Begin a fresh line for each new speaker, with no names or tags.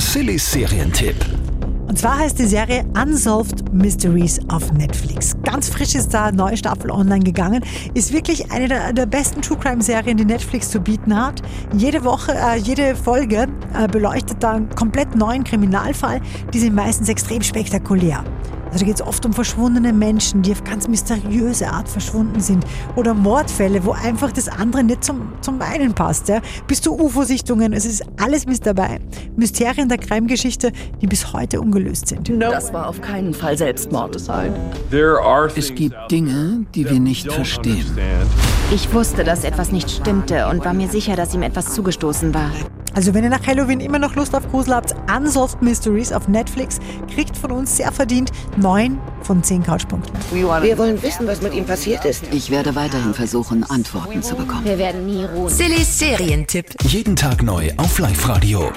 Sillys Serientipp.
Und zwar heißt die Serie Unsolved Mysteries auf Netflix. Ganz frisch ist da eine neue Staffel online gegangen. Ist wirklich eine der, der besten True Crime Serien, die Netflix zu bieten hat. Jede Woche, äh, jede Folge äh, beleuchtet da einen komplett neuen Kriminalfall. Die sind meistens extrem spektakulär. Also da geht es oft um verschwundene Menschen, die auf ganz mysteriöse Art verschwunden sind. Oder Mordfälle, wo einfach das andere nicht zum, zum einen passt. Ja? Bis zu UFO-Sichtungen, es ist alles mit dabei. Mysterien der Crime-Geschichte, die bis heute ungelöst sind.
Das war auf keinen Fall Selbstmord.
Es gibt Dinge, die wir nicht verstehen.
Ich wusste, dass etwas nicht stimmte und war mir sicher, dass ihm etwas zugestoßen war.
Also wenn ihr nach Halloween immer noch Lust auf Grusel habt, Unsolved Mysteries auf Netflix kriegt von uns sehr verdient 9 von 10 Couchpunkten.
Wir wollen wissen, was mit ihm passiert ist.
Ich werde weiterhin versuchen, Antworten zu bekommen.
Wir werden nie ruhen.
Sillys Serientipp.
Jeden Tag neu auf Live-Radio.